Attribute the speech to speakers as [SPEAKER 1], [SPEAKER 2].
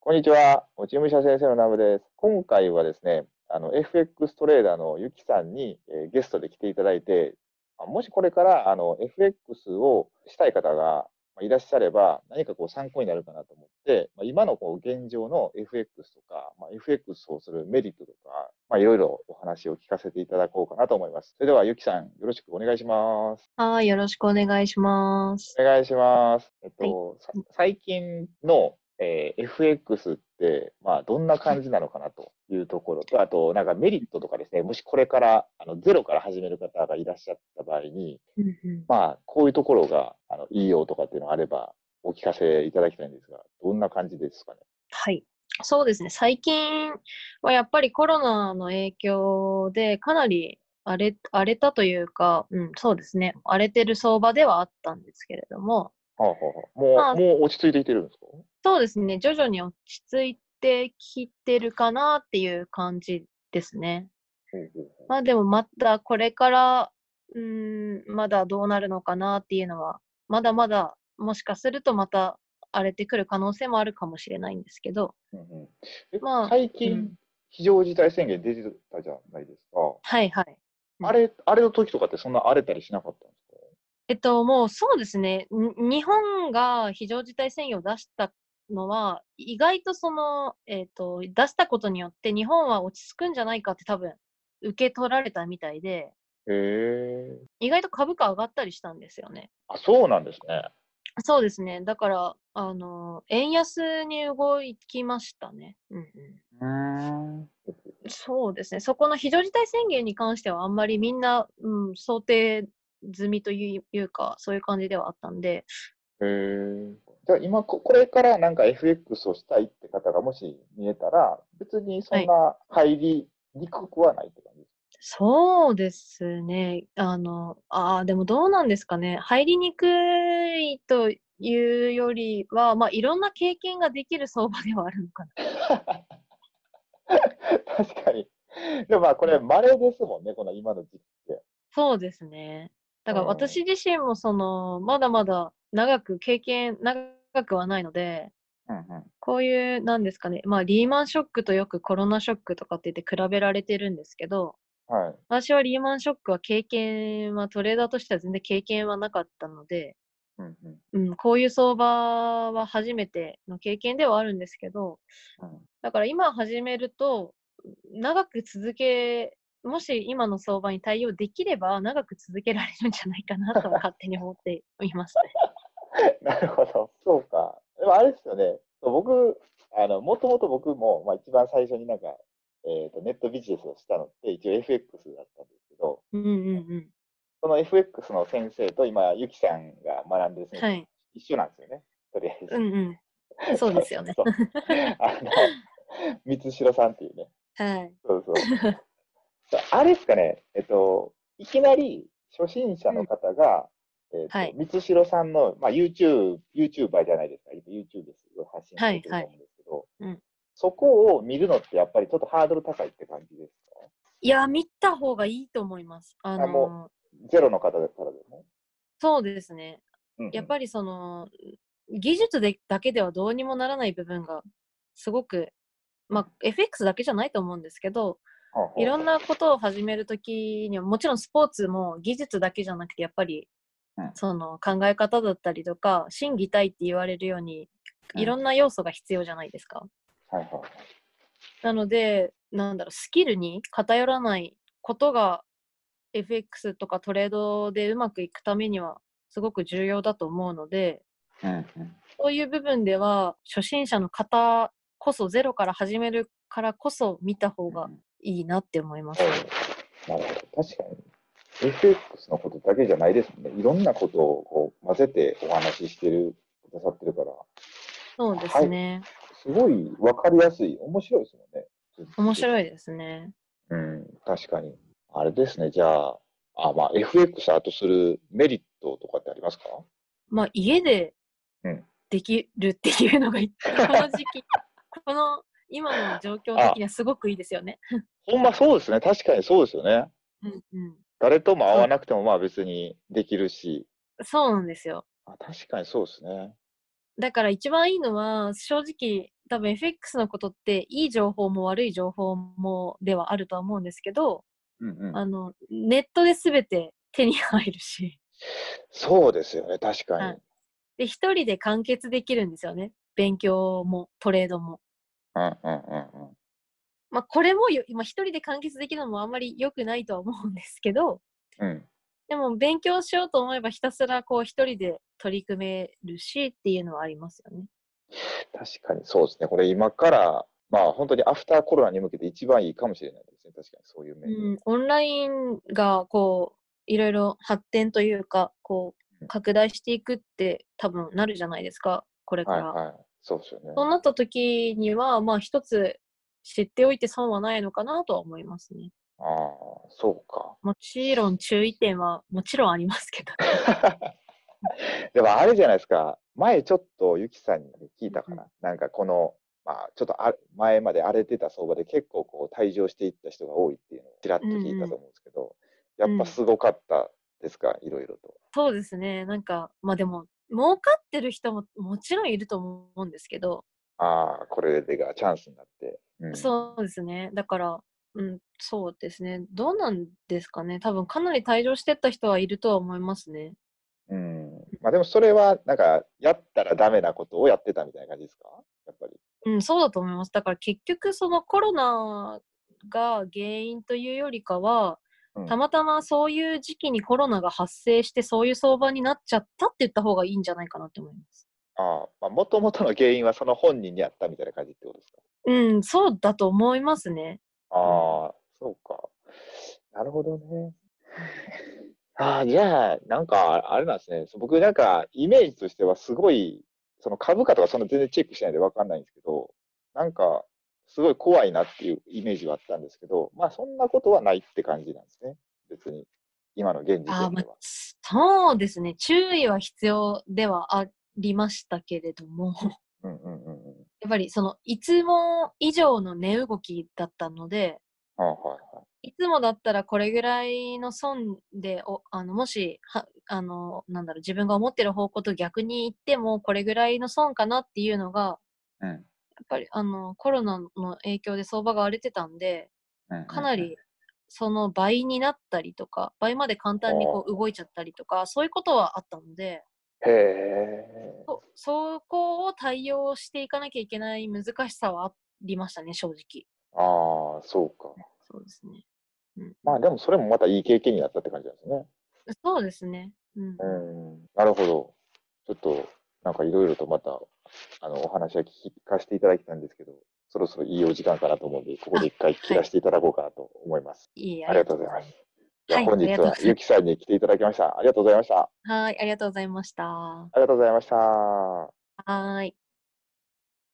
[SPEAKER 1] こんにちは。持ち武者先生のナムです。今回はですね、あの FX トレーダーのゆきさんに、えーゲストで来ていただいて、あもしこれからあの FX をしたい方がまあいらっしゃれば、何かこう参考になるかなと思って、まあ、今のこう現状の FX とか、まあ、FX をするメリットとか、まあ、いろいろお話を聞かせていただこうかなと思います。それではゆきさん、よろしくお願いします。
[SPEAKER 2] はい、よろしくお願いします。
[SPEAKER 1] お願いします。えっと、さ最近の、えー FX って、まあ、どんな感じなのかなというところと、あと、なんかメリットとかですね、もしこれから、あの、ゼロから始める方がいらっしゃった場合に、
[SPEAKER 2] うんうん
[SPEAKER 1] まあ、こういうところが、あの、いいよとかっていうのがあれば、お聞かせいただきたいんですが、どんな感じですかね。
[SPEAKER 2] はい。そうですね。最近はやっぱりコロナの影響でかなり荒れ荒れたというか、うん、そうですね。荒れてる相場ではあったんですけれども、
[SPEAKER 1] はあはあは
[SPEAKER 2] ま
[SPEAKER 1] あ、
[SPEAKER 2] あ
[SPEAKER 1] もう、もう落ち着いてきてるんですか
[SPEAKER 2] そうですね。徐々に落ち着いてきてるかなっていう感じですね。まあでもまだこれから、うーん、まだどうなるのかなっていうのは、まだまだもしかするとまた荒れてくる可能性もあるかもしれないんですけど、
[SPEAKER 1] うんうんえ
[SPEAKER 2] まあ
[SPEAKER 1] 最
[SPEAKER 2] う
[SPEAKER 1] 近
[SPEAKER 2] ん、
[SPEAKER 1] 非常事態宣言出てたじゃないですか。
[SPEAKER 2] はいはい。うん
[SPEAKER 1] あれ、あれの時とかってそんな荒れたりしなかったんですか
[SPEAKER 2] えっと、もうそうですね、に日本が非常事態宣言を出したのは、意外とその、えっと、出したことによって、日本は落ち着くんじゃないかって、多分受け取られたみたいで、
[SPEAKER 1] へえ。
[SPEAKER 2] 意外と株価上がったりしたんですよね。
[SPEAKER 1] あ、そうなんですね。
[SPEAKER 2] そうですね、だから、あの円安に動きましたね。うんうん
[SPEAKER 1] うん。
[SPEAKER 2] そうですね、そこの非常事態宣言に関しては、あんまりみんな、うん、想定済みといういうか、そういう感じではあったんで、
[SPEAKER 1] へえ。じゃあ今こ、これからなんか FX をしたいって方がもし見えたら、別にそんな入りにくくはないって感じです
[SPEAKER 2] そうですね。あの、ああ、でもどうなんですかね。入りにくいというよりは、まあ、いろんな経験ができる相場ではあるのかな。
[SPEAKER 1] か。 確かに。でもまあ、これ、稀ですもんね、この今の時期って。
[SPEAKER 2] そうですね。だから
[SPEAKER 1] うん
[SPEAKER 2] 私自身も、その、まだまだ長く経験、長くはないので、
[SPEAKER 1] うんうん。
[SPEAKER 2] こういう、なんですかね。まあ、リーマンショックとよくコロナショックとかって言って比べられてるんですけど、
[SPEAKER 1] はい。
[SPEAKER 2] 私はリーマンショックは経験は、トレーダーとしては全然経験はなかったので、
[SPEAKER 1] うんうん。
[SPEAKER 2] うん、こういう相場は初めての経験ではあるんですけど、
[SPEAKER 1] うん
[SPEAKER 2] だから今始めると、長く続け、もし今の相場に対応できれば、長く続けられるんじゃないかなとは勝手に思っています ね。
[SPEAKER 1] なるほど。そうか。でもあれですよね。そう僕、あの、もともと僕も、まあ一番最初になんか、えっ、と、ネットビジネスをしたのって、一応 FX だったんですけど、
[SPEAKER 2] うんうん
[SPEAKER 1] その FX の先生と今、ゆきさんが学んでる
[SPEAKER 2] う
[SPEAKER 1] 先
[SPEAKER 2] ん。
[SPEAKER 1] 生、
[SPEAKER 2] はい。
[SPEAKER 1] 一緒なんですよね。とりあえず。
[SPEAKER 2] うんうん。そうですよ ね。
[SPEAKER 1] そう。あの、三代さんっていうね。
[SPEAKER 2] はい。
[SPEAKER 1] そう そう。そうあれですかね、えっと、いきなり初心者の方が、えっと
[SPEAKER 2] はい
[SPEAKER 1] 光代さんの、まあ、YouTube、YouTuber じゃないですか、YouTube ですを発信されてる
[SPEAKER 2] はい
[SPEAKER 1] と思うんですけど、
[SPEAKER 2] うん
[SPEAKER 1] そこを見るのってやっぱりちょっとハードル高いって感じです
[SPEAKER 2] いや、見た方がいいと思います。あの
[SPEAKER 1] もかゼロの方だったらでも、
[SPEAKER 2] そうですね。
[SPEAKER 1] うんうん
[SPEAKER 2] やっぱりその技術でだけではどうにもならない部分がすごく、まあ、FX だけじゃないと思うんですけど
[SPEAKER 1] はあはあ
[SPEAKER 2] いろんなことを始めるときにはもちろんスポーツも技術だけじゃなくてやっぱり
[SPEAKER 1] うん
[SPEAKER 2] その考え方だったりとか心技体って言われるように
[SPEAKER 1] うん
[SPEAKER 2] いろんな要素が必要じゃないですか。
[SPEAKER 1] はいはいはい
[SPEAKER 2] なので、なんだろう、スキルに偏らないことが FX とかトレードでうまくいくためにはすごく重要だと思うので、
[SPEAKER 1] うんうん
[SPEAKER 2] そういう部分では初心者の方こそゼロから始めるからこそ見た方がいいなって思います。
[SPEAKER 1] なるほど。確かに。FX のことだけじゃないですもんね。いろんなことをこう混ぜてお話ししてる、くださってるから、
[SPEAKER 2] そうですね。
[SPEAKER 1] すごい分かりやすい、面白いですもんね。
[SPEAKER 2] 面
[SPEAKER 1] い。
[SPEAKER 2] 白いですね。
[SPEAKER 1] うん、確かに。あれですね、じゃあ、あまあ、FX アートするメリットとかってありますか
[SPEAKER 2] まあ家で
[SPEAKER 1] うん
[SPEAKER 2] できるっていうのが 一正直、この今の状況的にはすごくいいですよね。
[SPEAKER 1] ほんまそうですね、確かにそうですよね。
[SPEAKER 2] うんうん、
[SPEAKER 1] 誰とも会わなくてもまあ別にできるし、
[SPEAKER 2] そうなんですよ。
[SPEAKER 1] あ確かにそうですね。
[SPEAKER 2] だから一番いいのは、正直、多分 FX のことって、いい情報も悪い情報もではあるとは思うんですけど、
[SPEAKER 1] うんうん、
[SPEAKER 2] あのネットで全て手に入るし。
[SPEAKER 1] そうですよね、確かに。はい、
[SPEAKER 2] で、一人で完結できるんですよね。勉強もトレードも。
[SPEAKER 1] うんうんうんうん。
[SPEAKER 2] まあ、これもよ、今一人で完結できるのもあんまり良くないとは思うんですけど、
[SPEAKER 1] うん、
[SPEAKER 2] でも勉強しようと思えばひたすらこう一人で取り組めるしっていうのはありますよね。
[SPEAKER 1] 確かにそうですね。これ今から、まあ本当にアフターコロナに向けて一番いいかもしれないですね。確かにそういう面で。
[SPEAKER 2] うん、オンラインがこう、いろいろ発展というか、こう、拡大していくって多分なるじゃないですか、これから。
[SPEAKER 1] はいはい、そうですよね。
[SPEAKER 2] そうなった時には、まあ一つ知っておいて損はないのかなとは思いますね。
[SPEAKER 1] ああ、そうか。
[SPEAKER 2] もちろん注意点はもちろんありますけど。
[SPEAKER 1] でもあれじゃないですか、前ちょっとゆきさんに聞いたかな、うん、なんかこの、まあ、ちょっとあ前まで荒れてた相場で結構こう退場していった人が多いっていうのをちらっと聞いたと思うんですけど、うんうん、やっぱすごかったですか、いろいろと。
[SPEAKER 2] そうですね、なんか、まあでも、儲かってる人ももちろんいると思うんですけど。
[SPEAKER 1] ああ、これでがチャンスになって。うん、
[SPEAKER 2] そうですね、だから、うん、そうですね、どうなんですかね、多分かなり退場してった人はいるとは思いますね。
[SPEAKER 1] うん、まあ、でもそれはなんかやったらダメなことをやってたみたいな感じですかやっぱり。
[SPEAKER 2] うん、そうだと思います。だから結局そのコロナが原因というよりかは、うん、たまたまそういう時期にコロナが発生してそういう相場になっちゃったって言った方がいいんじゃないかなと思います。
[SPEAKER 1] ああ、まあ、もともとの原因はその本人にあったみたいな感じってことですか
[SPEAKER 2] うん、そうだと思いますね。
[SPEAKER 1] ああ、そうか。なるほどね。 ああ、じゃあ、なんか、あれなんですね。僕、なんか、イメージとしては、すごい、その株価とか、そんな全然チェックしないで分かんないんですけど、なんか、すごい怖いなっていうイメージはあったんですけど、まあ、そんなことはないって感じなんですね。別に、今の現時点では、まあ。
[SPEAKER 2] そうですね。注意は必要ではありましたけれども。
[SPEAKER 1] うんうんうん、
[SPEAKER 2] やっぱり、その、いつも以上の値動きだったので、
[SPEAKER 1] はいはいはい。
[SPEAKER 2] いつもだったらこれぐらいの損で、おあのもしはあのなんだろう自分が思ってる方向と逆に行ってもこれぐらいの損かなっていうのが、
[SPEAKER 1] うん、や
[SPEAKER 2] っぱりあのコロナの影響で相場が荒れてたんで、かなりその倍になったりとか倍まで簡単にこう動いちゃったりとかそういうことはあったので。
[SPEAKER 1] へ
[SPEAKER 2] そそこを対応していかなきゃいけない難しさはありましたね、正直。
[SPEAKER 1] ああ、そうか。
[SPEAKER 2] そうですね。
[SPEAKER 1] うん、まあでもそれもまたいい経験になったって感じなんですね。
[SPEAKER 2] そうですね。うん。、
[SPEAKER 1] うんなるほど。ちょっと、なんかいろいろとまた、あの、お話は聞かせていただきたんですけど、そろそろいいお時間かなと思うんで、ここで一回聞かせていただこうかなと思います。はいありがとうございます。じゃ本日はゆきさんに来ていただきました。ありがとうございました。
[SPEAKER 2] はい、ありがとうございました。あ
[SPEAKER 1] りがとうございました。
[SPEAKER 2] はい。